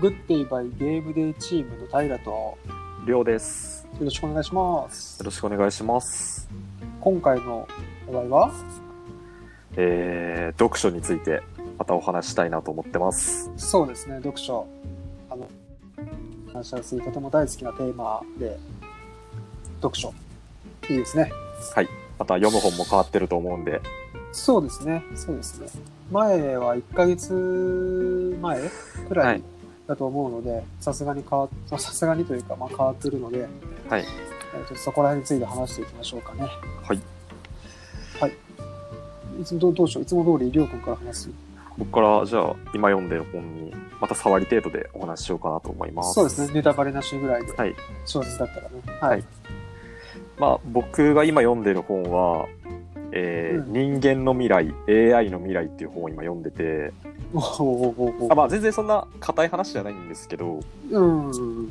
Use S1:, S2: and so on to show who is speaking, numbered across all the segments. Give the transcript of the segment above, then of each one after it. S1: グッデイバイゲームデイチームの平とよ
S2: りょうです。
S1: ろしくお願いします
S2: よろしくお願いします。
S1: 今回のお題は
S2: えー、読書についてまたお話ししたいなと思ってます。
S1: そうですね読書あの話し合わせとても大好きなテーマで読書いいですね
S2: また読む本も変わってると思うんで、
S1: そうですねそうですね前は1ヶ月前くら
S2: はいい
S1: だと思うのでさすがに変わっ まあさすがにというか、まあ、変わってるので、
S2: はい
S1: えーとそこら辺について話していきましょうかね
S2: はい。
S1: いつもどうどうしよういつも通りりょうくんから話す
S2: ここからじゃあ今読んでる本にまた触り程度でお話ししようかなと思います。
S1: そうですね、。ネタバレなしぐらいで、
S2: はい。
S1: 小説だったらね。は
S2: はいい。まあ僕が今読んでる本は、えー
S1: う
S2: 人間の未来、AI の未来っていう本を今読んでて、
S1: おおおお
S2: あまあ全然そんな硬い話じゃないんですけど、
S1: うんうんうん。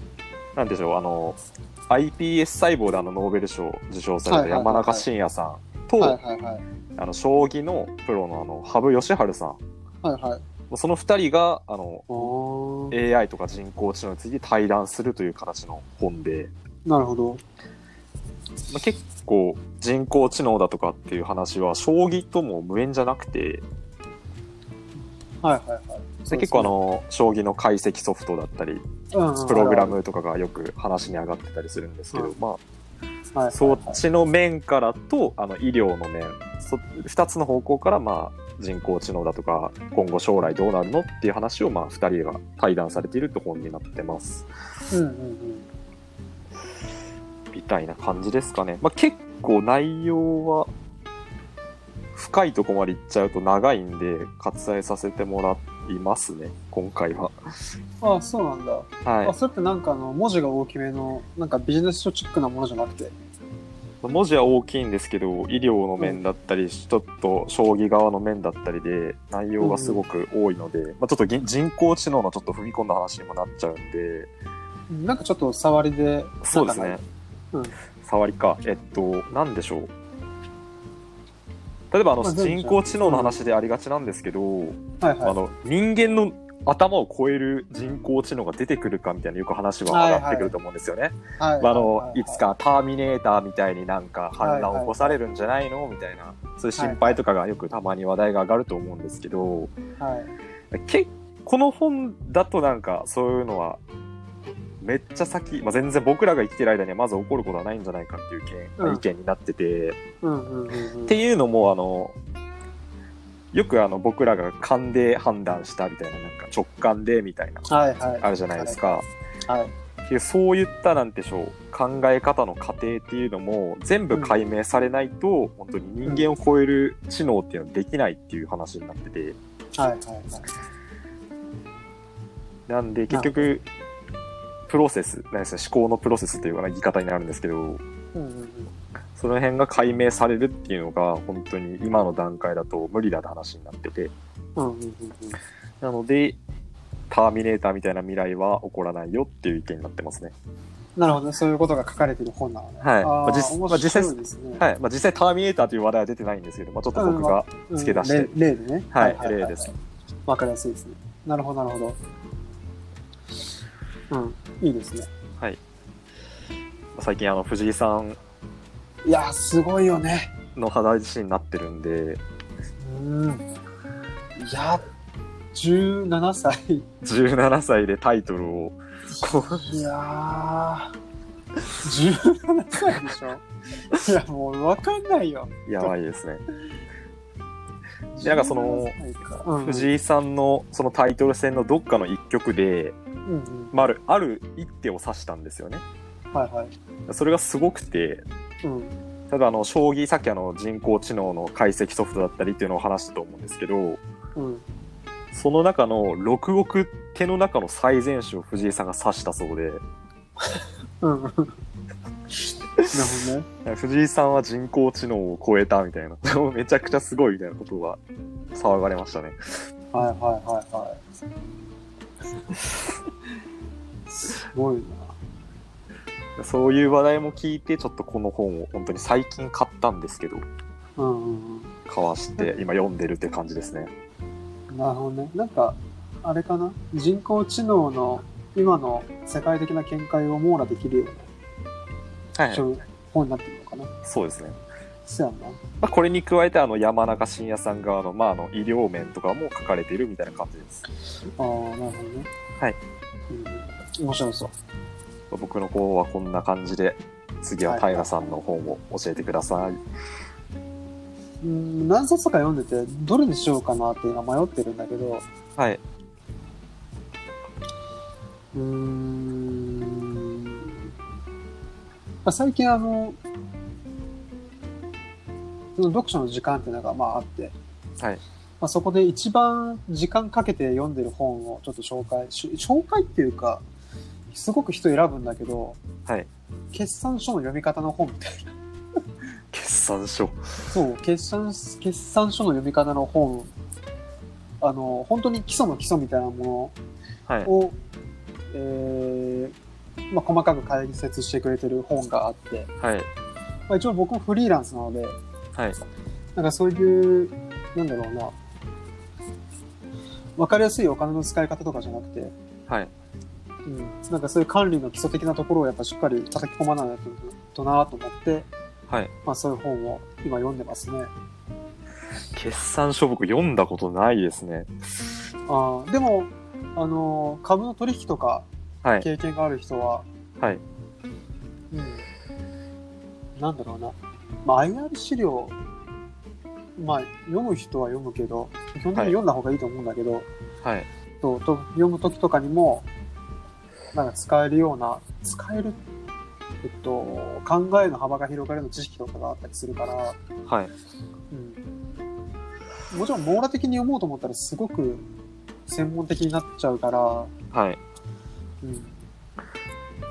S2: なんでしょう、あの、iPS 細胞であのノーベル賞受賞された
S1: はいはいはいはい
S2: 山中伸也さんと、
S1: はいはいはい。
S2: あの将棋のプロのあの羽生善治さん
S1: はいはい。
S2: その2人があの
S1: おー
S2: AI とか人工知能について対談するという形の本で、
S1: なるほど。
S2: まあ、結構人工知能だとかっていう話は将棋とも無縁じゃなくて
S1: はいはいはい。
S2: で結構あ、の将棋の解析ソフトだったり
S1: うんうん
S2: プログラ。ムとかがよく話に上がってたりするんですけど、
S1: うん
S2: ま
S1: はいはいは
S2: あ、
S1: い
S2: そっちの面からとあの医療の面そ2つの方向からまあ人工知能だとか今後将来どうなるのっていう話をまあ2人が対談されているって本になってます。
S1: うんうんうん。
S2: みたいな感じですかね。まあ、結構内容は深いとこまで行っちゃうと長いんで割愛させてもらいますね、今回は。
S1: ああ、そうなんだ。あ、
S2: は
S1: それってなんかあの、文字が大きめの、なんかビジネス書チックなものじゃなくて。
S2: い。文字は大きいんですけど、医療の面だったり、ちょっと将棋側の面だったりで、内容がすごく多いので、まあ、ちょっとぎ人工知能のちょっと踏み込んだ話にもなっちゃうんで、
S1: なんかちょっと触りで。
S2: そうです
S1: な
S2: ね
S1: んか。うん
S2: 触りか。えっと、なんでしょう。例えばあの
S1: まあ全部
S2: 人工知能の話でありがちなんですけど、
S1: はいはい。
S2: あの人間の頭を超える人工知能が出てくるかみたいなよく話は上がってくると思うんですよね。
S1: はいはい
S2: ま
S1: は
S2: ああ
S1: い
S2: の
S1: はい
S2: いつ。かターミネーターみたいになんか反乱を起こされるんじゃないのみたいなそういう心配とかがよくたまに話題が上がると思うんですけど、
S1: はい。
S2: けこの本だとなんかそういうのはめっちゃ先、まあ、全然僕らが生きてる間にはまず起こることはないんじゃないかっていう意見,、
S1: うん
S2: 意見になってて。
S1: うんうんうんう
S2: っ
S1: ん
S2: て。いうのもあのよくあの僕らが勘で判断したみたいななんか直感でみたいな
S1: はいはい。
S2: あるじゃないですか。
S1: はい。
S2: でそういったなんて言うんでしょう考え方の過程っていうのも全部解明されないと、本当に人間を超える知能っていうのはできないっていう話になってて
S1: はいはいはい。
S2: なんで結局プロセスなんですね思考のプロセスというかな言い方になるんですけど
S1: うんうんうん。
S2: その辺が解明されるっていうのが本当に今の段階だと無理だって話になってて
S1: うんうんうんうん。
S2: なので、ターミネーターみたいな未来は起こらないよっていう意見になってますね。
S1: なるほどね、そういうことが書かれている本なのね。
S2: はい
S1: あ
S2: まあ
S1: ー
S2: 実際
S1: 面
S2: まあ実際
S1: 白いですね。
S2: はい。まあ実際ターミネーターという話題は出てないんですけど、まあちょっと僕が、
S1: うん
S2: 付け出して
S1: 例例でね。
S2: はい例です。
S1: わかりやすいですね。なるほど、なるほど。うん、いいですね。
S2: はい。最近あの藤井さん
S1: いやー、すごいよね。
S2: の話になってるんで、
S1: うん。いや、17歳。
S2: 17歳でタイトルを、こう
S1: いやー、17歳でしょ。いや、もうわかんないよ。
S2: やばいですね。でなんかその
S1: 17歳か、うんうん、
S2: 藤井さんのそのタイトル戦のどっかの一局で、
S1: うんうん。
S2: まあある、ある一手を指したんですよね。
S1: はいはい。
S2: それがすごくて、
S1: うん。
S2: ただあの将棋さっきあの人工知能の解析ソフトだったりっていうのを話したと思うんですけど
S1: うん。
S2: その中の6億手の中の最善手を藤井さんが指したそうで
S1: うん。なるほどね。
S2: 藤井さんは人工知能を超えたみたいな めちゃくちゃすごいみたいなことが騒がれましたね
S1: はいはいはいはい。すごいな。
S2: そういう話題も聞いてちょっとこの本を本当に最近買ったんですけど
S1: うんうん
S2: 買わして今読んでるって感じですね
S1: うん。なるほどね。なんか、あれかな人工知能の今の世界的な見解を網羅できるよう
S2: は
S1: な書本になってるのかな。
S2: そうですね。
S1: そうやんな。
S2: まあ、これに加えて、あの、山中伸也さん側の、まあ、あの、医療面とかも書かれているみたいな感じです。
S1: ああ、なるほどね。
S2: はい。
S1: うん、面白そう。
S2: 僕の方はこんな感じで、次は
S1: はい
S2: 平さんの本を教えてください。
S1: うん、何冊か読んでて、どれにしようかなって今迷ってるんだけど、
S2: はい。
S1: うーん。まあ、最近あの、その読書の時間っていうのがまああって、
S2: はい。
S1: まあ、そこで一番時間かけて読んでる本をちょっと紹介し、紹介っていうか、すごく人選ぶんだけど、
S2: はい。
S1: 決算書の読み方の本みたいな。
S2: 決算書。
S1: そう、決算、決算書の読み方の本、あの、本当に基礎の基礎みたいなも
S2: はい
S1: の。を、えーまあ、細かく解説してくれてる本があって、
S2: はい。
S1: まあ、一応僕もフリーランスなので、
S2: はい。
S1: なんかそういう、なんだろうな、わかりやすいお金の使い方とかじゃなくて、
S2: はい。
S1: うん、なんかそういう管理の基礎的なところをやっぱしっかり叩き込まないとなと思って、
S2: はい。
S1: まあそういう本を今読んでますね。
S2: 決算書僕読んだことないですね。
S1: あーでも、あのー株の取引とか
S2: はい。
S1: 経験がある人は、
S2: はい。
S1: うん、なんだろうな、まあ、IR 資料、まあ、読む人は読むけど、基本的に読んだ方がいいと思うんだけど、
S2: はい。
S1: とと読む時とかにも、なんか使えるような、使える、えっと、考えの幅が広がるような知識とかがあったりするから、
S2: はい。
S1: うん、もちろん網羅的に読もうと思ったらすごく専門的になっちゃうから、
S2: はい。
S1: うん、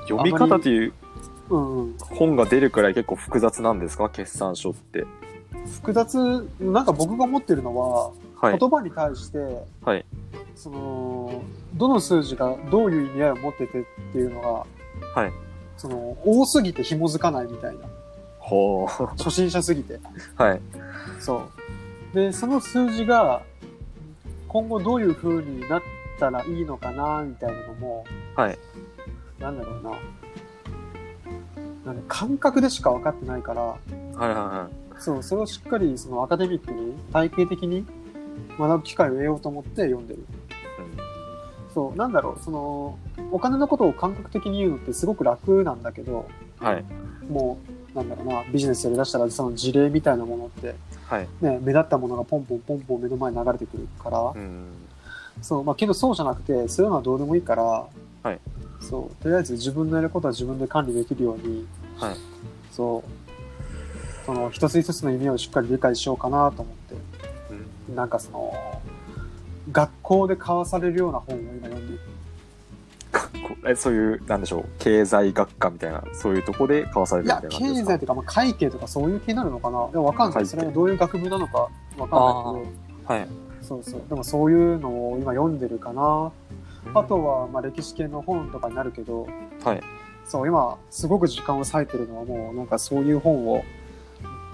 S2: 読み方っていう
S1: うんうん、
S2: 本が出るくらい結構複雑なんですか決算書って。
S1: 複雑、なんか僕が思ってるのは、
S2: はい。
S1: 言葉に対して、
S2: はい。
S1: その、どの数字がどういう意味合いを持っててっていうのが、
S2: はい
S1: その、多すぎて紐づかないみ たいな。
S2: ほう。
S1: 初心者すぎて。
S2: はい。
S1: そう。で、その数字が、今後どういう風になったらいいのかな、みたいなのも、
S2: はい。
S1: なんだろうな。なんか感覚でしか分かってないから、
S2: はいはいは
S1: そう、それをしっかりそのアカデミックに、体系的に学ぶ機会を得ようと思って読んでる。
S2: い。うん
S1: そう、なんだろう、その、お金のことを感覚的に言うのってすごく楽なんだけど、
S2: はい。
S1: もう、なんだろうな、ビジネスやりだしたらその事例みたいなものって、
S2: はい。
S1: ね、目立ったものがポンポンポンポン目の前に流れてくるから
S2: う、ん。。
S1: そう、まあけどそうじゃなくて、そういうのはどうでもいいから、はいそう、とりあえず自分のやることは自分で管理できるように、
S2: はい。
S1: そう、その一つ一つの夢をしっかり理解しようかなと思って。
S2: うん
S1: なんかその、学校で交わされるような本を今読んでる。
S2: 学校えそういう、なんでしょう、経済学科みたいな、そういうとこで交わさ
S1: い
S2: れるみた
S1: や
S2: いな、感
S1: 経
S2: じです
S1: 済
S2: か
S1: というか、まあ、会計とかそういう系になるのかな。でもわかんな
S2: 会
S1: い。
S2: 計
S1: それがどういう学部なのかわかんないけ
S2: は
S1: ど、
S2: い。
S1: そうそう。でもそういうのを今読んでるかな。あとは、まあ、歴史系の本とかになるけど、
S2: はい。
S1: そう、今、すごく時間を割いてるのはもう、なんかそういう本を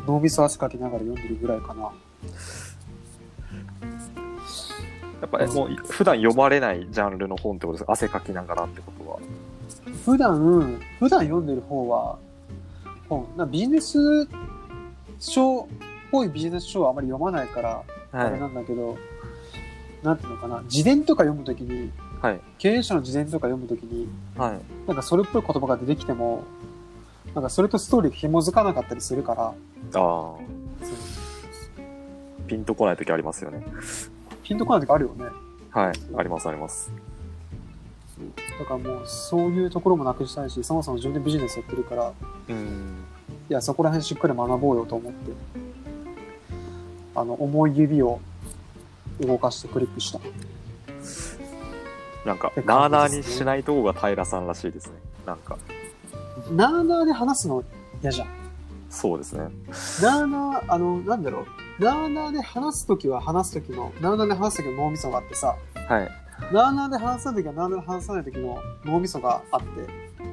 S1: 脳みそ汗かきながら読んでるぐらいかな。
S2: やっぱりもう、普段読まれないジャンルの本ってことですか汗かきながらってことは。
S1: 普段、普段読んでる方は、本、なビジネス書っぽいビジネス書はあまり読まないから、あれなんだけど、なんていうのかな、自伝とか読むときに、
S2: はい
S1: 経営者の自伝とか読むときに、
S2: はい。
S1: なんかそれっぽい言葉が出てきても、なんかそれとストーリー紐づかなかったりするから、
S2: ああ。ピンとこない時ありますよね。
S1: ピンとこないとかあるよね。
S2: はい。ありますあります。
S1: だからもう、そういうところもなくしたいし、そもそも自分でビジネスやってるから、
S2: うん。
S1: いや、そこら辺しっかり学ぼうよと思って、あの、重い指を動かしてクリックした。
S2: なんか、なあなあにしないとこが平さんらしいですね。なんか、
S1: なーなーで話すの嫌じゃん。
S2: そうですね。
S1: なーなー、あの、なんだろう。なーなーで話すときは話すときの、なーなーで話すときの脳みそがあってさ、
S2: はい。
S1: なーなーで話さないときはなーなーで話さないときの脳みそがあって、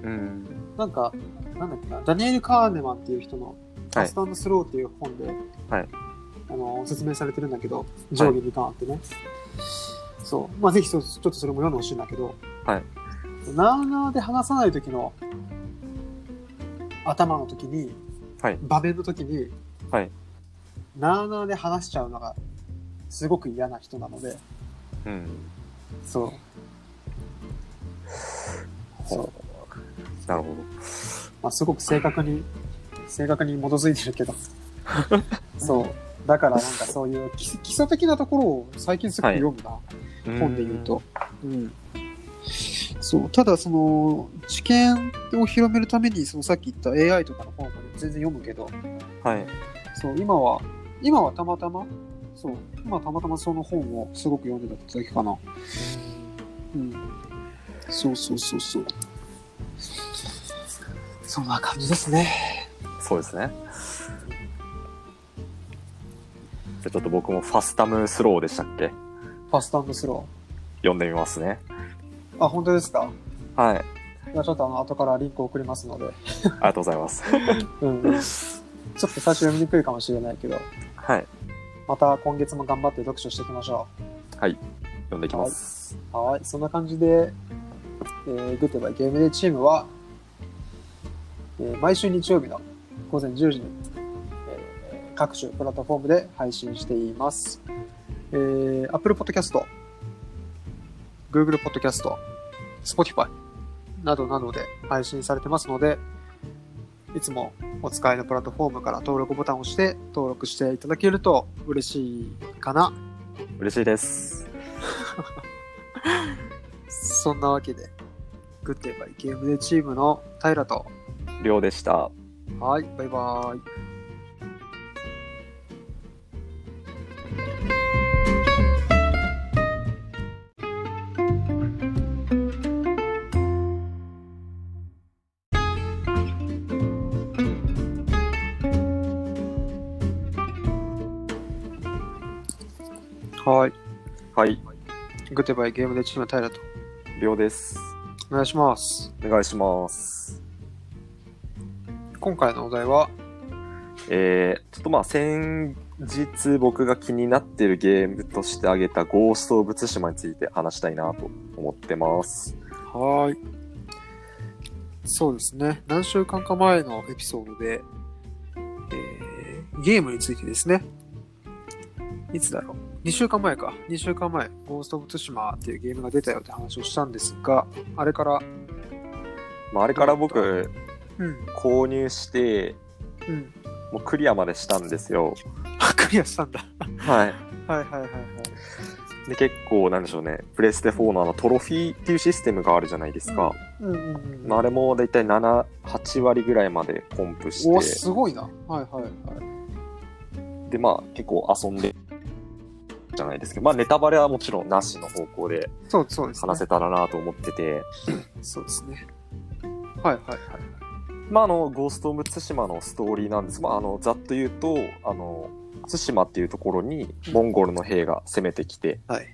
S2: うん。
S1: なんか、なんだっけな、ダニエル・カーネマンっていう人の、
S2: はい
S1: スタンドスローっていう本で、
S2: はい
S1: あの、説明されてるんだけど、上下に関あってね。そう。まあ、ぜひそうちょっとそれも読んでほしいんだけど、
S2: はい。
S1: なーなーで話さない時の、頭の時に、
S2: はい
S1: 場面の時に、
S2: はい。
S1: なーなーで話しちゃうのが、すごく嫌な人なので、
S2: うん。
S1: そう。そう。
S2: なるほど。
S1: まあ、すごく正確に、正確に基づいてるけ ど。そう。だからなんかそういう基基礎的なところを最近すごく読むな、本で言うと。うん。そう。ただその、知見を広めるために、そのさっき言った AI とかの本まで全然読むけど、
S2: うん。はい。
S1: そう、今は、今はたまたま、そう、今たまたまその本をすごく読んでたってだけかな。うん。そうそうそうそう。そんな感じですね。
S2: そうですね。じゃあちょっと僕もファスタムスローでしたっけ
S1: ファストスロ
S2: 読んでみますね。
S1: ー。あ、本当ですか
S2: はい。
S1: いやちょっとあの、後からリンク送りますので。
S2: ありがとうございます。
S1: うん。ちょっと最初読みにくいかもしれないけど、
S2: はい。
S1: また今月も頑張って読書していきましょ
S2: 読んでいきます。
S1: う。はい、そんな感じで、えー、グッドバイゲームデーチームは、えー毎週日曜日の午前10時に、えー各種プラットフォームで配信しています。えー、Apple Podcast、Google Podcast、Spotify などなどで配信されてますので、いつもお使いのプラットフォームから登録ボタンを押して登録していただけると嬉しいかな。
S2: 嬉しいです。
S1: そんなわけで、グッデバイゲームでチームの平と、
S2: りょうでした。
S1: はい、バイバーイ。はい。
S2: はい。
S1: グッデバイゲームでチーム平と。
S2: りょうです。
S1: お願いします。
S2: お願いします。
S1: 今回のお題は、
S2: えー、ちょっとまあ先日僕が気になってるゲームとして挙げたゴースト・オブ・ツシマについて話したいなと思ってます。
S1: はーい。そうですね。何週間か前のエピソードで、えーゲームについてですね。いつだろう。2週間前か。2週間前、ゴースト・オブ・ツシマっていうゲームが出たよって話をしたんですが、あれから、
S2: まああれから僕
S1: うん、
S2: 購入して
S1: うん。
S2: もうクリアまでしたんですよ。
S1: クリアしたんだ。
S2: は
S1: はいは
S2: い。
S1: いはいはい。
S2: で結構なんでしょうねプレステ4のあのトロフィーっていうシステムがあるじゃないですか、
S1: うんうんうん。
S2: まあ、あれもだいたい78割ぐらいまでコンプし
S1: お、
S2: て
S1: すごいな。はいはいはい。
S2: でまあ結構遊んでじゃないですけどまあネタバレはもちろんなしの方向で
S1: そうそうですね。
S2: 話せたらなと思ってて、
S1: そうですね。はいはいはい。
S2: まああの「ゴースト・オブ・ツシマ」のストーリーなんですまああのざっと言うとあの対馬っていうところにモンゴルの兵が攻めてきて
S1: はい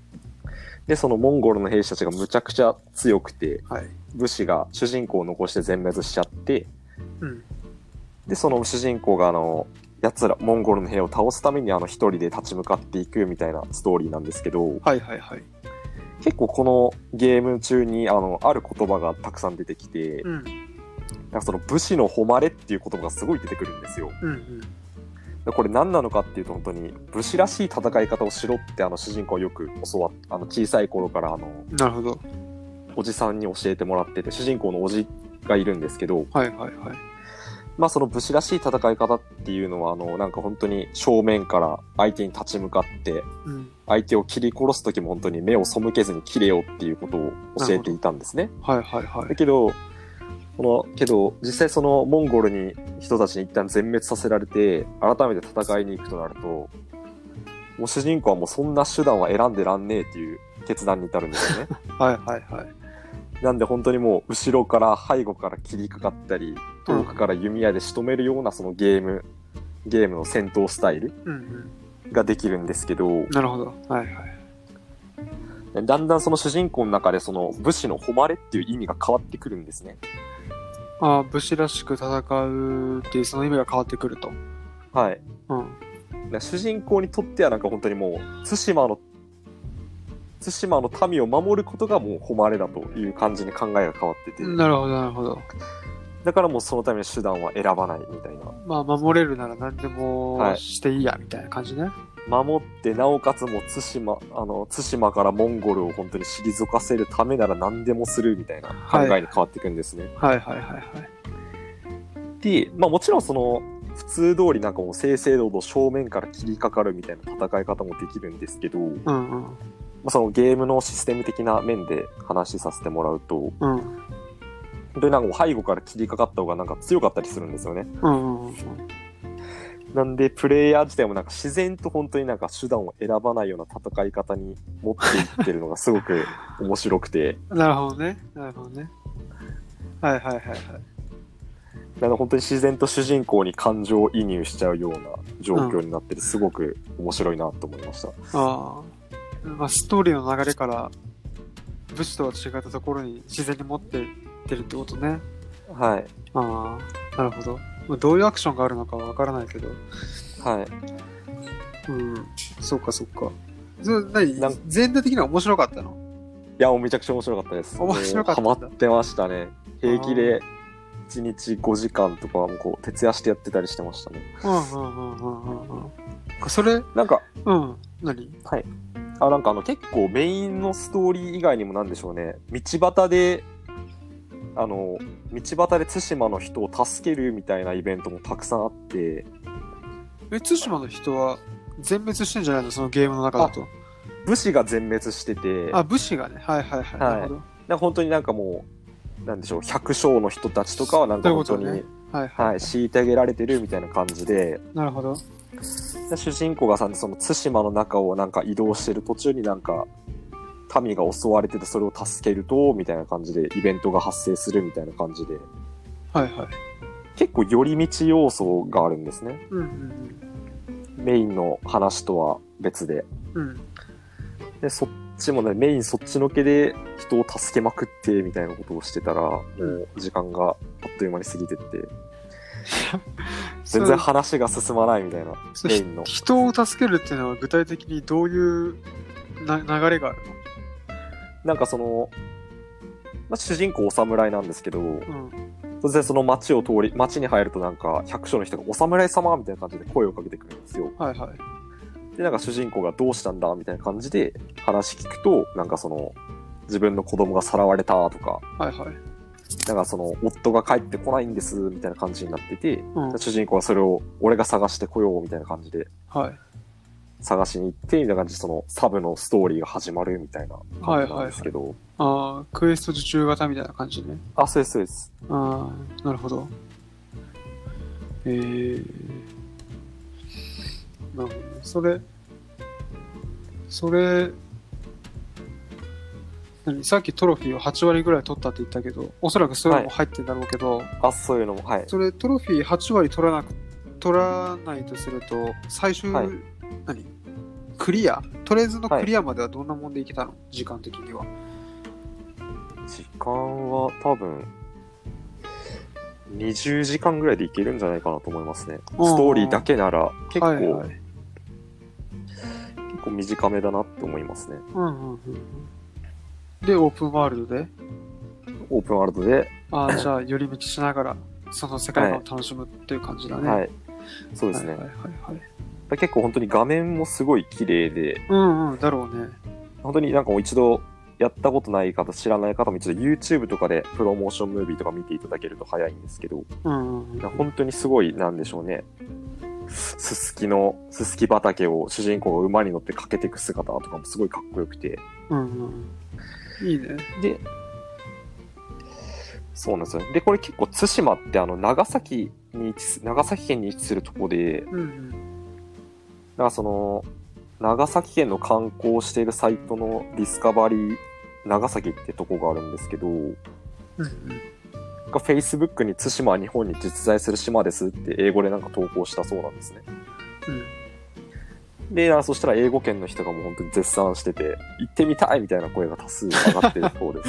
S2: でそのモンゴルの兵士たちがむちゃくちゃ強くて
S1: はい。
S2: 武士が主人公を残して全滅しちゃって
S1: うん。
S2: でその主人公があのやつらモンゴルの兵を倒すためにあの一人で立ち向かっていくみたいなストーリーなんですけど
S1: はいはいはい。
S2: 結構このゲーム中にあのある言葉がたくさん出てきて、
S1: うん
S2: なんかその武士の誉れっていう言葉がすごい出てくるんですよ
S1: うんうん。
S2: でこれ何なのかっていうと本当に武士らしい戦い方をしろってあの主人公はよく教わっあの小さい頃からあの
S1: なるほど。
S2: おじさんに教えてもらってて主人公のおじがいるんですけど、
S1: はいはいはい。
S2: まあその武士らしい戦い方っていうのはあのなんか本当に正面から相手に立ち向かって
S1: うん。
S2: 相手を切り殺す時も本当に目を背けずに切れよっていうことを教えていたんですね。
S1: はいはいは
S2: だ
S1: い。
S2: けどこのけど実際そのモンゴルに人たちに一旦全滅させられて改めて戦いに行くとなるともう主人公はもうそんな手段は選んでらんねえっていう決断に至るんですよね。
S1: はいはいはい。
S2: なんで本当にもう後ろから背後から切りかかったり遠くから弓矢で仕留めるようなそのゲーム、ゲームの戦闘スタイル
S1: うんうん。
S2: ができるんですけど
S1: なるほど。はいはい。
S2: だんだんその主人公の中でその武士の誉れっていう意味が変わってくるんですね
S1: ああ、武士らしく戦うっていうその意味が変わってくると。
S2: はい
S1: うん。
S2: だから主人公にとってはなんか本当にもう対馬の対馬の民を守ることがもう誉れだという感じに考えが変わってて、
S1: なるほど、なるほど。
S2: だからもうそのために手段は選ばないみたいな。
S1: まあ、守れるなら何でも
S2: はい
S1: していいや、みたいな感じね。
S2: 守って、なおかつもう対馬、あの、対馬からモンゴルを本当に退かせるためなら何でもするみたいな考えに変わっていくんですね。
S1: はいはいはいはい。
S2: で、まあもちろんその、普通通りなんかもう正々堂々正面から切りかかるみたいな戦い方もできるんですけど、ま
S1: うんうん。
S2: あ、そのゲームのシステム的な面で話しさせてもらうと、
S1: うん。
S2: 本当になんかもう背後から切りかかった方がなんか強かったりするんですよね。
S1: うんうん。
S2: なんで、プレイヤー自体もなんか自然と本当になんか手段を選ばないような戦い方に持っていってるのがすごく面白くて、
S1: なるほどね。なるほどね。はいはいはいはい。
S2: なんか本当に自然と主人公に感情移入しちゃうような状況になってて、すごく面白いなと思いました。
S1: ああ。まあ、ストーリーの流れから、武士とは違ったところに自然に持ってってるってことね。
S2: はい。
S1: ああ。なるほど。まあどういうアクションがあるのかはわからないけど。
S2: は
S1: う
S2: い。
S1: ん。そっかそっか。そ何
S2: なん
S1: 全体的には面白かったの
S2: いや、もうめちゃくちゃ面白かったです。
S1: 面白かったんだ
S2: もうハマってましたね。平気で1日5時間とかはもうこう徹夜してやってたりしてましたね。
S1: うんうんうんうんうんうん。それ、
S2: なんか、
S1: うん。何
S2: あなんかあの結構メインのストーリー以外にもなんでしょうね道端であの道端で対馬の人を助けるみたいなイベントもたくさんあって
S1: え、対馬の人は全滅してんじゃないのそのゲームの中だと。
S2: 武士が全滅してて
S1: あ、武士がね。はいはいはい。
S2: はい
S1: なるほど。
S2: なんか本当になんかもうなんでしょう百姓の人たちとかはなんか本当に
S1: そういうはいはい。
S2: はい、虐げられてるみたいな感じで
S1: なるほど。
S2: で主人公がさその対馬の中をなんか移動してる途中になんか民が襲われててそれを助けるとみたいな感じでイベントが発生するみたいな感じで
S1: はいはい。
S2: 結構寄り道要素があるんですね
S1: うんうん
S2: メインの話とは別で
S1: うん。うん。
S2: でそっちもねメインそっちのけで人を助けまくってみたいなことをしてたらもう時間があっという間に過ぎてって全然話が進まないみたいな
S1: そ
S2: メインの
S1: 人を助けるっていうのは具体的にどういうな流れがある
S2: なんかその、まあ、主人公お侍なんですけど
S1: のうん。
S2: 突然その町を通り町に入るとなんか百姓の人が「お侍様」みたいな感じで声をかけてくるんですよ
S1: はいはい。
S2: でなんか主人公がどうしたんだみたいな感じで話聞くとなんかその自分の子供がさらわれたとか
S1: はいはい。
S2: なんかその夫が帰ってこないんですみたいな感じになってて
S1: うん。
S2: 主人公はそれを俺が探してこようみたいな感じで
S1: はい。
S2: 探しに行ってみたいな感じでそのサブのストーリーが始まるみたいな感じなんですけど、
S1: ああ、クエスト受注型みたいな感じね。
S2: あそうですそうです
S1: ああ、なるほど。えー。なるほどね。それ、それ、何さっきトロフィーを8割ぐらい取ったって言ったけど、おそらくそういうのも入ってんだろうけど、
S2: あそういうのもはい
S1: それトロフィー8割取らなく取らないとすると最終、
S2: はい
S1: 何クリアとりあえずのクリアまではどんなもんでいけたの、時間的には
S2: 時間は多分20時間ぐらいでいけるんじゃないかなと思いますねス
S1: うん
S2: トーリーだけなら結構、
S1: はいはい
S2: 結構短めだなって思いますね
S1: うんうんうんうんでオープンワールドで
S2: オープンワールドで、
S1: あ あじゃあ寄り道しながらその世界観を楽しむっていう感じだね、、
S2: はいいそうですね、
S1: はいはいはいはい
S2: 結構本当に画面もすごい綺麗で
S1: うんうんだろうね
S2: 本当になんかもう一度やったことない方知らない方も一度 YouTube とかでプロモーションムービーとか見ていただけると早いんですけど
S1: うんうんうん
S2: 本当にすごいなんでしょうねすすきのすすき畑を主人公が馬に乗って駆けていく姿とかもすごいかっこよくて
S1: うんうんうんいいね
S2: でそうなんですよでこれ結構対馬ってあの長崎に位置す長崎県に位置するとこで
S1: うんうん
S2: なんかその、長崎県の観光しているサイトのディスカバリー長崎ってとこがあるんですけど、
S1: うんうん
S2: が Facebook に対馬は日本に実在する島ですって英語でなんか投稿したそうなんですね。
S1: うん
S2: で、あそしたら英語圏の人がもう本当に絶賛してて、行ってみたいみたいな声が多数上がってるそう で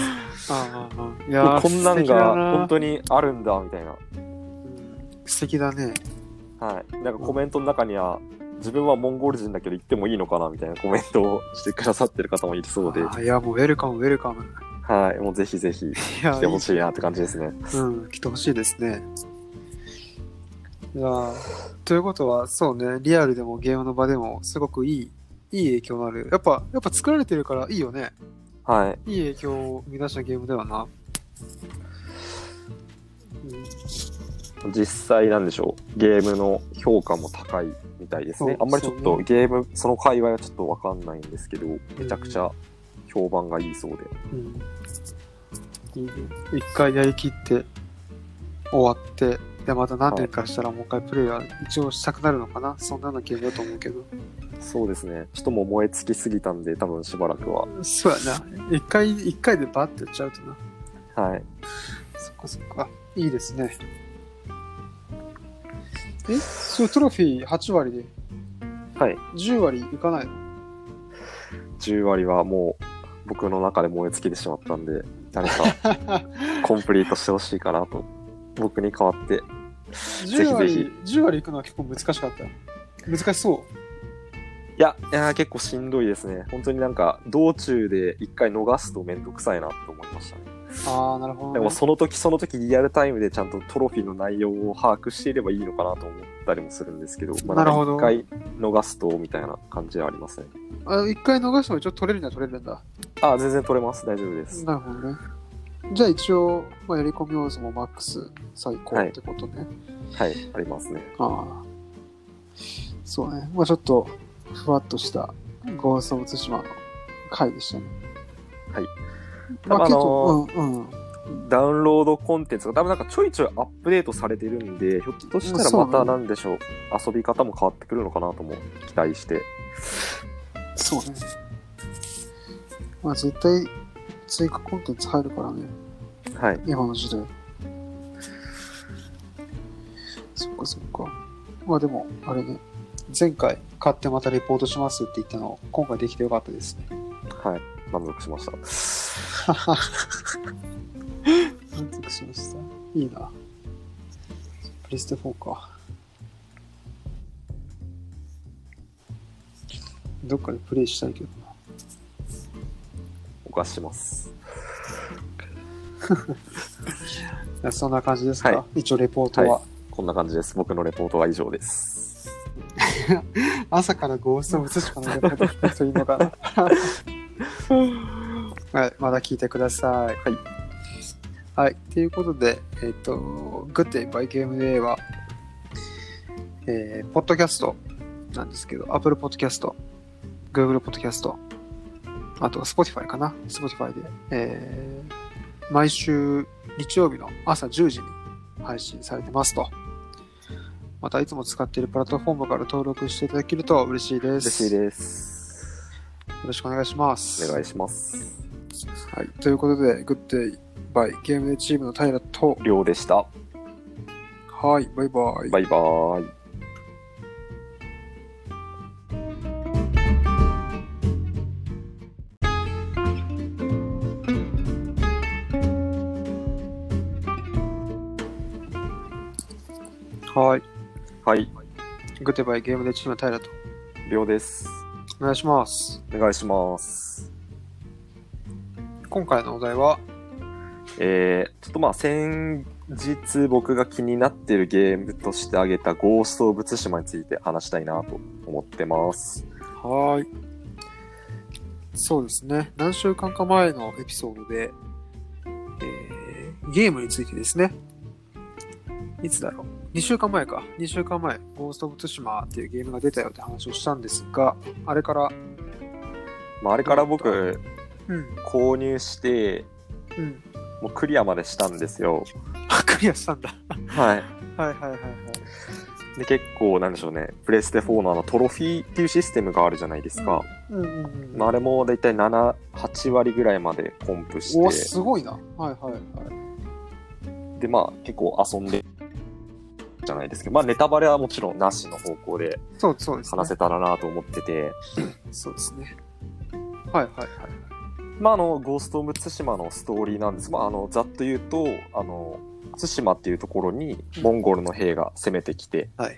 S2: す。
S1: ああああい
S2: も
S1: や
S2: うこんなんが本
S1: に
S2: 当にあるんだみたいな。
S1: 素敵だね
S2: はい。なんかコメントの中には、自分はモンゴル人だけど行ってもいいのかなみたいなコメントをしてくださってる方もいるそう で、
S1: あーいや、もうウェルカム、ウェルカム。
S2: はい、もうぜひぜひ
S1: いや、
S2: 来てほしいなって感じですね。
S1: うん、来てほしいですね。いやーということは、そうね、リアルでもゲームの場でも、すごくいい、いい影響のある。やっぱ、やっぱ作られてるからいいよね。
S2: はい。
S1: いい影響を生み出したゲームだよな。うん
S2: 実際なんでしょうゲームの評価も高いみたいですね
S1: そう
S2: あんまりちょっ
S1: そう
S2: とゲームその界隈はちょっとわかんないんですけどめちゃくちゃ評判がいいそうで
S1: うんいいね一回やりきって終わってでまた何年かしたらもう一回プレイは一応したくなるのかなそんなようなゲームだと思うけど
S2: そうですねちょっともう燃え尽きすぎたんで多分しばらくは
S1: そうやな一回一回でバッてやっちゃうとな
S2: はい
S1: そっかそっかいいですねえそうトロフィー8割で
S2: はい
S1: 10割いかないの
S2: 10割はもう僕の中で燃え尽きてしまったんで 誰かコンプリートしてほしいかなと僕に代わってぜ
S1: 10
S2: ひぜひ
S1: 割10割いくのは結構難しかった難しそ
S2: いやいやー結構しんどいですね本当になんか道中で一回逃すとめんどくさいなと思いましたね
S1: うああなるほど、ね、
S2: でもその時その時リアルタイムでちゃんとトロフィーの内容を把握していればいいのかなと思ったりもするんですけど、まあ
S1: なるほど
S2: 一回逃すとみたいな感じはありますね。
S1: あ一回逃しても一応取れるには取れるんだ
S2: あ、全然取れます。大丈夫です。
S1: なるほどね。じゃあ一応、まあ、やり込み要素もマックス最高ってことね。
S2: はい、ありますね。
S1: ああ。そうね。まあちょっと、ふわっとした、ゴースト・オブ・ツシマの回でしたね。
S2: はい。
S1: まあ
S2: まあ
S1: 結構、うんうん。
S2: ダウンロードコンテンツが多分なんかちょいちょいアップデートされてるんで、ひょっとしたらま
S1: そ
S2: た
S1: うね
S2: なんでしょう、遊び方も変わってくるのかなとも期待して。
S1: そうね。まあ絶対、追加コンテンツ入るからね。
S2: はい。
S1: 今の時代。そっかそっか。まあでも、あれね、前回買ってまたレポートしますって言ったの、今回できてよかったですね。
S2: はい。満足しました。
S1: 満足しました。いいな。プレステ4か。どっかでプレイしたいけどな。
S2: お貸しします。
S1: いやそんな感じですか、
S2: は
S1: 一応レポートは。
S2: こんな感じです。僕のレポートは以上です。
S1: 朝からゴーストを映すかなかった人いるのかな。はい、まだ聞いてください。
S2: はい。
S1: はい、ということで、えっ、と、グッデイバイゲームデーは、えー、ポッドキャストなんですけど、Apple Podcast、Google Podcast、あと Spotify かな、Spotify で、えー、毎週日曜日の朝10時に配信されてますと。またいつも使っているプラットフォームから登録していただけると嬉しいです。
S2: 嬉しいです。
S1: よろしくお願いします。
S2: お願いします。
S1: はい、ということで、グッデイバイゲームでチームの平と、
S2: りょうでした。
S1: はい、バイバイ。
S2: バイバーイ。
S1: はい、
S2: はい、
S1: グッデイバイゲームでチームの平と、
S2: りょうです。
S1: お願いします。
S2: お願いします。
S1: 今回のお題は、
S2: えー、ちょっとまあ先日僕が気になってるゲームとして挙げたゴースト・オブ・ツシマについて話したいなと思ってます。
S1: はい。そうですね、何週間か前のエピソードで、えー、ゲームについてですね、いつだろう、2週間前か、2週間前、ゴースト・オブ・ツシマっていうゲームが出たよって話をしたんですが、あれから、
S2: まああれから僕
S1: うん、
S2: 購入して、
S1: うん、
S2: もうクリアまでしたんですよ。
S1: クリアしたんだ。
S2: は
S1: は
S2: い。
S1: いはいはいはい。
S2: で、結構なんでしょうね、プレステ4のあのトロフィーっていうシステムがあるじゃないですか。
S1: うんうんうん。
S2: まああれもだいたい7、8割ぐらいまでコンプして。
S1: おすごいな。はいはいはい。
S2: でまあ結構遊んでじゃないですけどまあネタバレはもちろんなしの方向で
S1: そうそうですね。
S2: 話せたらなと思ってて、
S1: そうですね。はいはいはい。
S2: まああの「ゴースト・オブ・ツシマ」のストーリーなんですまああのざっと言うとあの対馬っていうところにモンゴルの兵が攻めてきて、
S1: はい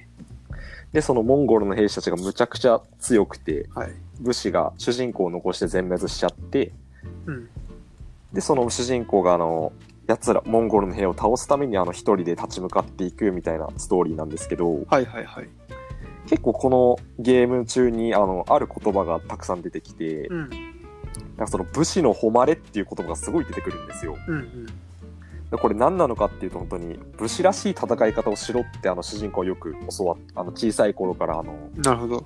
S2: で、そのモンゴルの兵士たちがむちゃくちゃ強くて、
S1: はい。
S2: 武士が主人公を残して全滅しちゃって、
S1: うん。
S2: で、その主人公があの、奴ら、モンゴルの兵を倒すためにあの一人で立ち向かっていくみたいなストーリーなんですけど、
S1: はいはいはい。
S2: 結構このゲーム中にあの、ある言葉がたくさん出てきて、
S1: うん。
S2: なんかその武士の誉れっていう言葉がすごい出てくるんですよ。
S1: うんうん。
S2: でこれ何なのかっていうと本当に武士らしい戦い方をしろってあの主人公はよく教わっあの小さい頃からあの
S1: なるほど。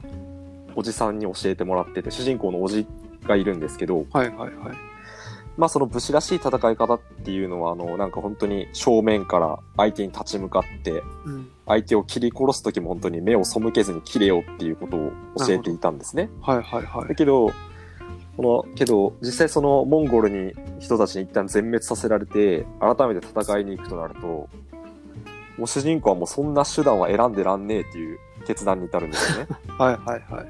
S2: おじさんに教えてもらってて主人公のおじがいるんですけど、
S1: はいはいはい。
S2: まあ、その武士らしい戦い方っていうのはあのなんか本当に正面から相手に立ち向かって
S1: うん。
S2: 相手を切り殺す時も本当に目を背けずに切れよっていうことを教えていたんですね。
S1: はいはいは
S2: だ
S1: い。
S2: けどこのけど実際そのモンゴルに人たちに一旦全滅させられて改めて戦いに行くとなるともう主人公はもうそんな手段は選んでらんねえっていう決断に至るんです よね
S1: はいはいはい。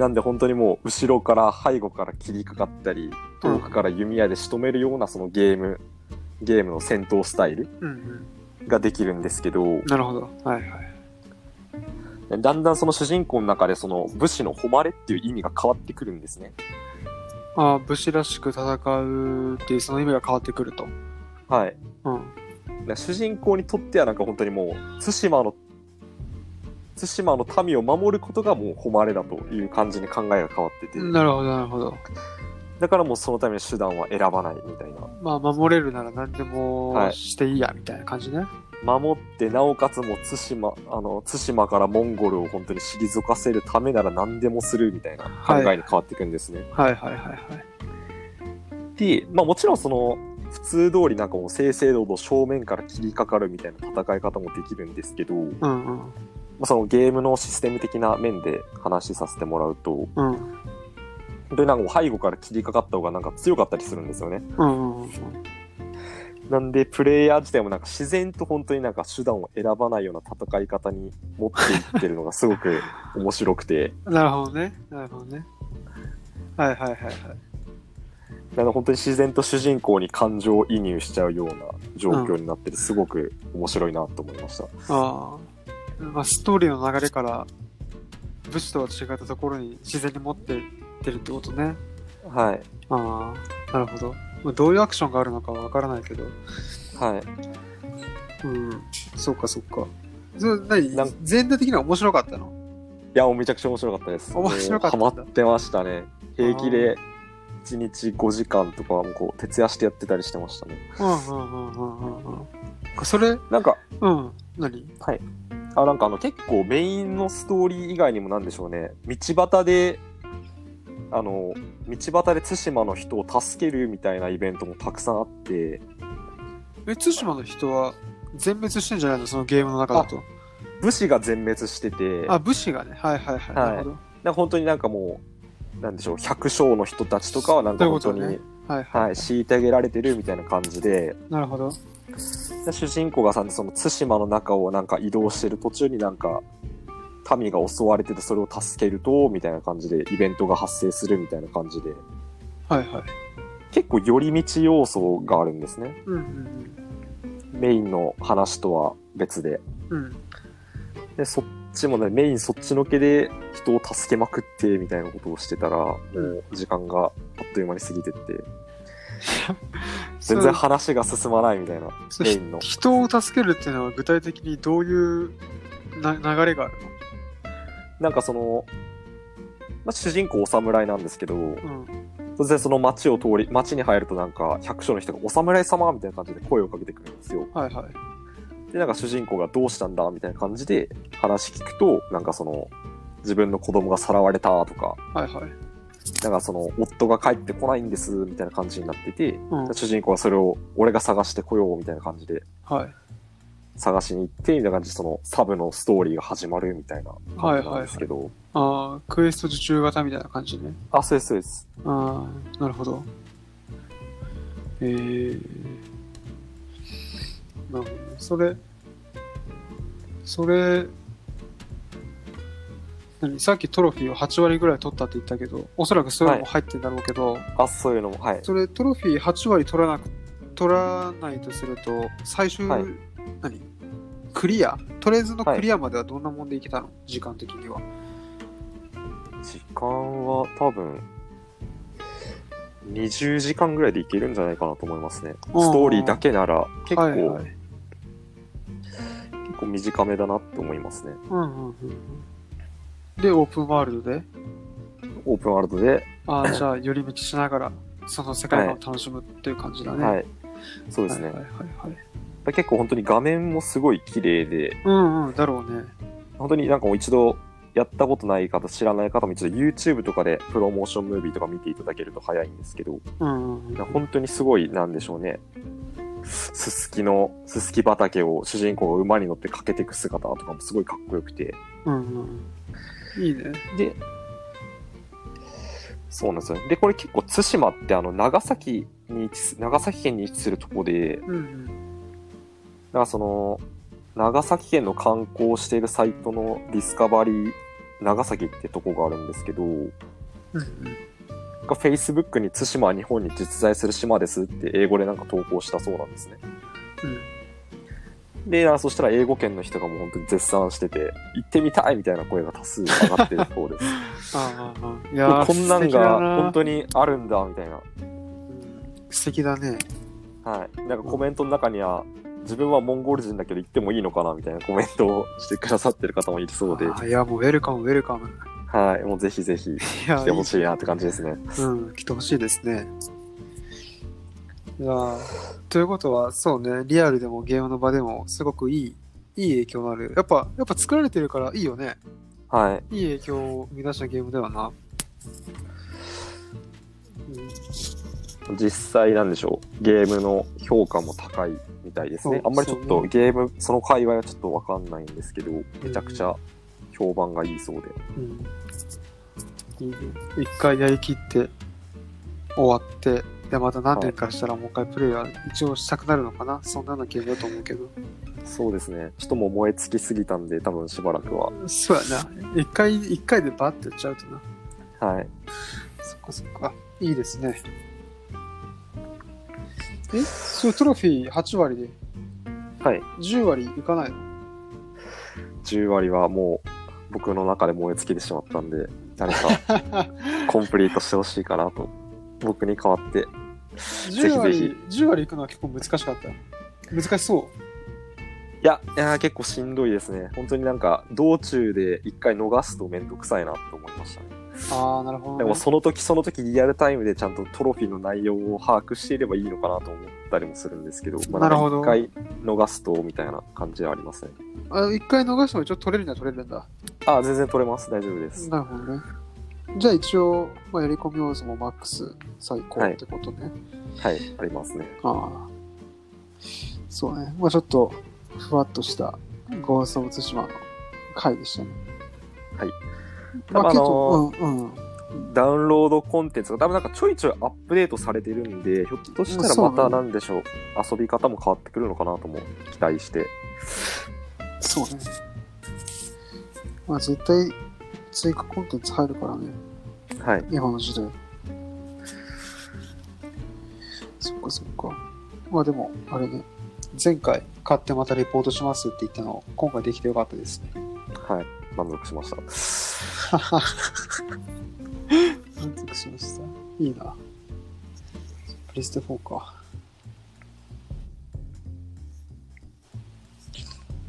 S2: なんで本当にもう後ろから背後から切りかかったり遠くから弓矢で仕留めるようなそのゲームゲームの戦闘スタイル
S1: うんうん。
S2: ができるんですけど
S1: なるほど。はいはい。
S2: だんだんその主人公の中でその武士の誉れっていう意味が変わってくるんですね
S1: ああ、武士らしく戦うっていうその意味が変わってくると。
S2: はい
S1: うん。
S2: な主人公にとってはなんか本当にもう対馬の対馬の民を守ることがもう誉れだという感じに考えが変わってて、
S1: なるほどなるほど。
S2: だからもうそのために手段は選ばないみたいな
S1: まあ、守れるなら何でも
S2: はい
S1: していいや、みたいな感じね。
S2: 守ってなおかつもう対馬あの対馬からモンゴルを本当に退かせるためなら何でもするみたいな考
S1: はい
S2: えに変わっていくんですね、
S1: はいはいはいはい。
S2: で、まあ、もちろんその普通通りなんかもう正々堂々正面から切りかかるみたいな戦い方もできるんですけど、ま
S1: うんうん。
S2: あ、そのゲームのシステム的な面で話しさせてもらうと、
S1: うん。
S2: 本当になんかもう背後から切りかかった方がなんか強かったりするんですよね。
S1: うんうんうん。
S2: なんで、プレイヤー自体もなんか自然と本当になんか手段を選ばないような戦い方に持っていってるのがすごく面白くて、
S1: なるほどね。なるほどね。はいはいはいはい。
S2: なんで本当に自然と主人公に感情移入しちゃうような状況になってて、すごく面白いなと思いました。
S1: ああ。まあ、ストーリーの流れから、武士とは違ったところに自然に持ってってるってことね。
S2: はい。
S1: ああ、なるほど。まあ、どういうアクションがあるのかはわからないけど。
S2: はい。
S1: うん。そっかそっか。それ何
S2: なん
S1: 全体的には面白かったの
S2: いや、もうめちゃくちゃ面白かったです。
S1: 面白かったん
S2: も
S1: だ
S2: うハマってましたね。平気で1日5時間とかもうこう徹夜してやってたりしてましたね。
S1: うんうんうんうんうんうん。それ、
S2: なんか、
S1: うん。何
S2: あなんかあの結構メインのストーリー以外にもなんでしょうね道端であの道端で対馬の人を助けるみたいなイベントもたくさんあって
S1: え、対馬の人は全滅してんじゃないのそのゲームの中だと。
S2: 武士が全滅してて
S1: あ武士がね。はいはいはい。
S2: は
S1: な
S2: い
S1: るほど。
S2: なんか本当になんかもうなんでしょう百姓の人たちとかはなんか本当に
S1: そういうこはいはい。
S2: はい、虐げられてるみたいな感じで
S1: なるほど。
S2: で主人公がさその対馬の中をなんか移動してる途中になんか民が襲われててそれを助けるとみたいな感じでイベントが発生するみたいな感じで
S1: はいはい。
S2: 結構寄り道要素があるんですね
S1: うんうん
S2: メインの話とは別で
S1: うん。うん。
S2: でそっちもねメインそっちのけで人を助けまくってみたいなことをしてたらもう時間があっという間に過ぎてって全然話が進まないみたいな
S1: そ
S2: メインの
S1: 人を助けるっていうのは具体的にどういうな流れがある
S2: なんかその、まあ、主人公お侍なんですけど
S1: の、うん、
S2: 突然その町を通り町に入るとなんか百姓の人が「お侍様」みたいな感じで声をかけてくるんですよ
S1: はいはい。
S2: でなんか主人公がどうしたんだみたいな感じで話聞くとなんかその自分の子供がさらわれたとか
S1: はいはい。
S2: なんかその夫が帰ってこないんですみたいな感じになってて
S1: うん、
S2: 主人公はそれを俺が探してこようみたいな感じで
S1: はい。
S2: 探しに行ってみたいな感じでそのサブのストーリーが始まるみたいな
S1: は
S2: 感
S1: い
S2: じな
S1: は
S2: ん
S1: い
S2: ですけど、
S1: ああ、クエスト受注型みたいな感じね。
S2: あそうですそうです
S1: ああ、なるほど。えー。なるほどね。それ、それ、何さっきトロフィーを8割ぐらい取ったって言ったけど、おそらくそういうのも入ってんだろうけど、
S2: あそういうのもはい
S1: それトロフィー8割取らなく取らないとすると最終、
S2: はい
S1: 何クリアとりあえずのクリアまではどんなもんでいけたの、時間的には。
S2: 時間は多分、20時間ぐらいでいけるんじゃないかなと思いますね。
S1: うん
S2: ストーリーだけなら結構、
S1: はいはい
S2: 結構短めだなって思いますね。
S1: うんうんうんうん。で、オープンワールドで、
S2: オープンワールドで、
S1: ああ、じゃあ、寄り道しながら、その世界観を楽しむっていう感じだね。。
S2: はいい。そうですね。
S1: はいはいはい。
S2: 結構本当に画面もすごい綺麗で、
S1: うんうん、だろうね。
S2: 本当になんかもう一度やったことない方、知らない方も一度 YouTube とかでプロモーションムービーとか見ていただけると早いんですけど、
S1: うんうんうん。
S2: 本当にすごい、なんでしょうね。すすきの、すすき畑を主人公が馬に乗って駆けていく姿とかもすごいかっこよくて。
S1: うんうんうん。いいね。
S2: で、そうなんですよ。で、これ結構対馬ってあの、長崎に位置す、長崎県に位置するとこで、
S1: うんうん。
S2: なんかその、長崎県の観光しているサイトのディスカバリー長崎ってとこがあるんですけど、
S1: うんうん。
S2: が Facebook に対馬は日本に実在する島ですって英語でなんか投稿したそうなんですね。で、あそしたら英語圏の人がもう本当に絶賛してて、行ってみたいみたいな声が多数上がってるそ うです。
S1: ああああ、い
S2: も
S1: や
S2: う
S1: ー
S2: こんなん
S1: 素敵だ
S2: が
S1: な
S2: 本当にあるんだみたいな。
S1: うん素敵だね。
S2: はい。なんかコメントの中には、自分はモンゴル人だけど行ってもいいのかなみたいなコメントをしてくださってる方もいるそうで、
S1: あーいや、もうウェルカム、ウェルカム。
S2: はい。もうぜひぜひ
S1: いや、
S2: 来てほしいなって感じですね。
S1: うん、来てほしいですね。いやーということは、そうね、リアルでもゲームの場でも、すごくいい、いい影響のある。やっぱ、やっぱ作られてるからいいよね。
S2: はい。
S1: いい影響を生み出したゲームだよな。うん
S2: 実際なんでしょう。ゲームの評価も高いみたいですね。
S1: そ
S2: あ
S1: うん
S2: まりちょっ
S1: そう
S2: とゲーム、その界隈はちょっとわかんないんですけど、めちゃくちゃ評判がいいそうで。
S1: うんいいね一回やりきって終わってでまた何年かしたらもう一回プレイは一応したくなるのかな、そんなようなゲームだと思うけど
S2: そうですね。ちょっともう燃え尽きすぎたんで、多分しばらくは。
S1: そうやな一回一回でバッてやっちゃうとな
S2: はい。
S1: そっかそっかいいですねえそれトロフィー8割で
S2: はい。
S1: 10割いかないの
S2: 10割はもう、僕の中で燃え尽きてしまったんで、誰 かコンプリートしてほしいかなと。僕に代わって。ぜ
S1: 10
S2: ひぜひ
S1: 割10割いくのは結構難しかった難しそ
S2: いや、いやー結構しんどいですね。本当になんか、道中で一回逃すとめんどくさいなって思いましたね。
S1: うああなるほど、ね、
S2: でもその時その時リアルタイムでちゃんとトロフィーの内容を把握していればいいのかなと思ったりもするんですけど、ま
S1: な
S2: あ、
S1: るほど
S2: 一回逃すとみたいな感じはありますね。
S1: あ一回逃しても一応取れるには取れるんだ
S2: あ、全然取れます。大丈夫です。
S1: なるほどね。じゃあ一応、まあ、やり込み要素もマックス最高ってことね。
S2: はい、ありますね。
S1: ああ。そうね。まあちょっと、ふわっとした、ゴースト・オブ・ツシマの回でしたね。
S2: はい。
S1: まあ
S2: あ
S1: 結
S2: の
S1: 構、うんうん。
S2: ダウンロードコンテンツが多分なんかちょいちょいアップデートされてるんで、ひょっとしたら
S1: そう
S2: ま
S1: ね
S2: たなんでしょう、遊び方も変わってくるのかなとも期待して。
S1: そうね。まあ絶対、追加コンテンツ入るからね。
S2: はい。
S1: 今の時代。そっかそっか。まあでも、あれね、前回買ってまたレポートしますって言ったの、今回できてよかったですね。
S2: はい。満足しました。
S1: 満足しました。いいな。プレステ4か。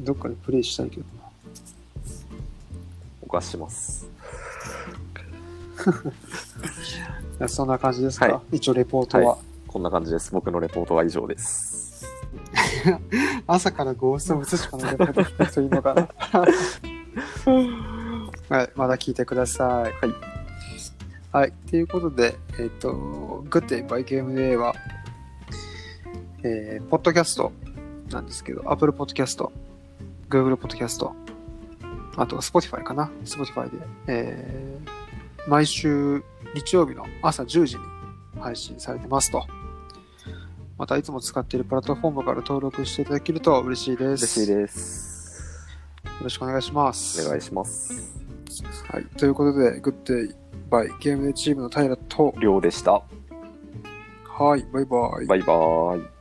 S1: どっかでプレイしたいけどな。
S2: お貸しします。
S1: いやそんな感じですか、
S2: は
S1: 一応レポートは。
S2: はこんな感じです。僕のレポートは以上です。
S1: 朝からゴーストを映すかのレポート聞くといいのかな。はい、まだ聞いてください。
S2: はい。
S1: はい、ということで、えっ、と、グッデイバイゲームデーは、えー、ポッドキャストなんですけど、Apple Podcast、Google Podcast、あと Spotify かな。Spotify で、えー、毎週日曜日の朝10時に配信されてますと。またいつも使っているプラットフォームから登録していただけると嬉しいです。
S2: 嬉しいです。
S1: よろしくお願いします。
S2: お願いします。
S1: はい、ということで、グッデイバイゲームでチームの平と、
S2: りょうでした。
S1: はい、バイバイ。
S2: バイバーイ。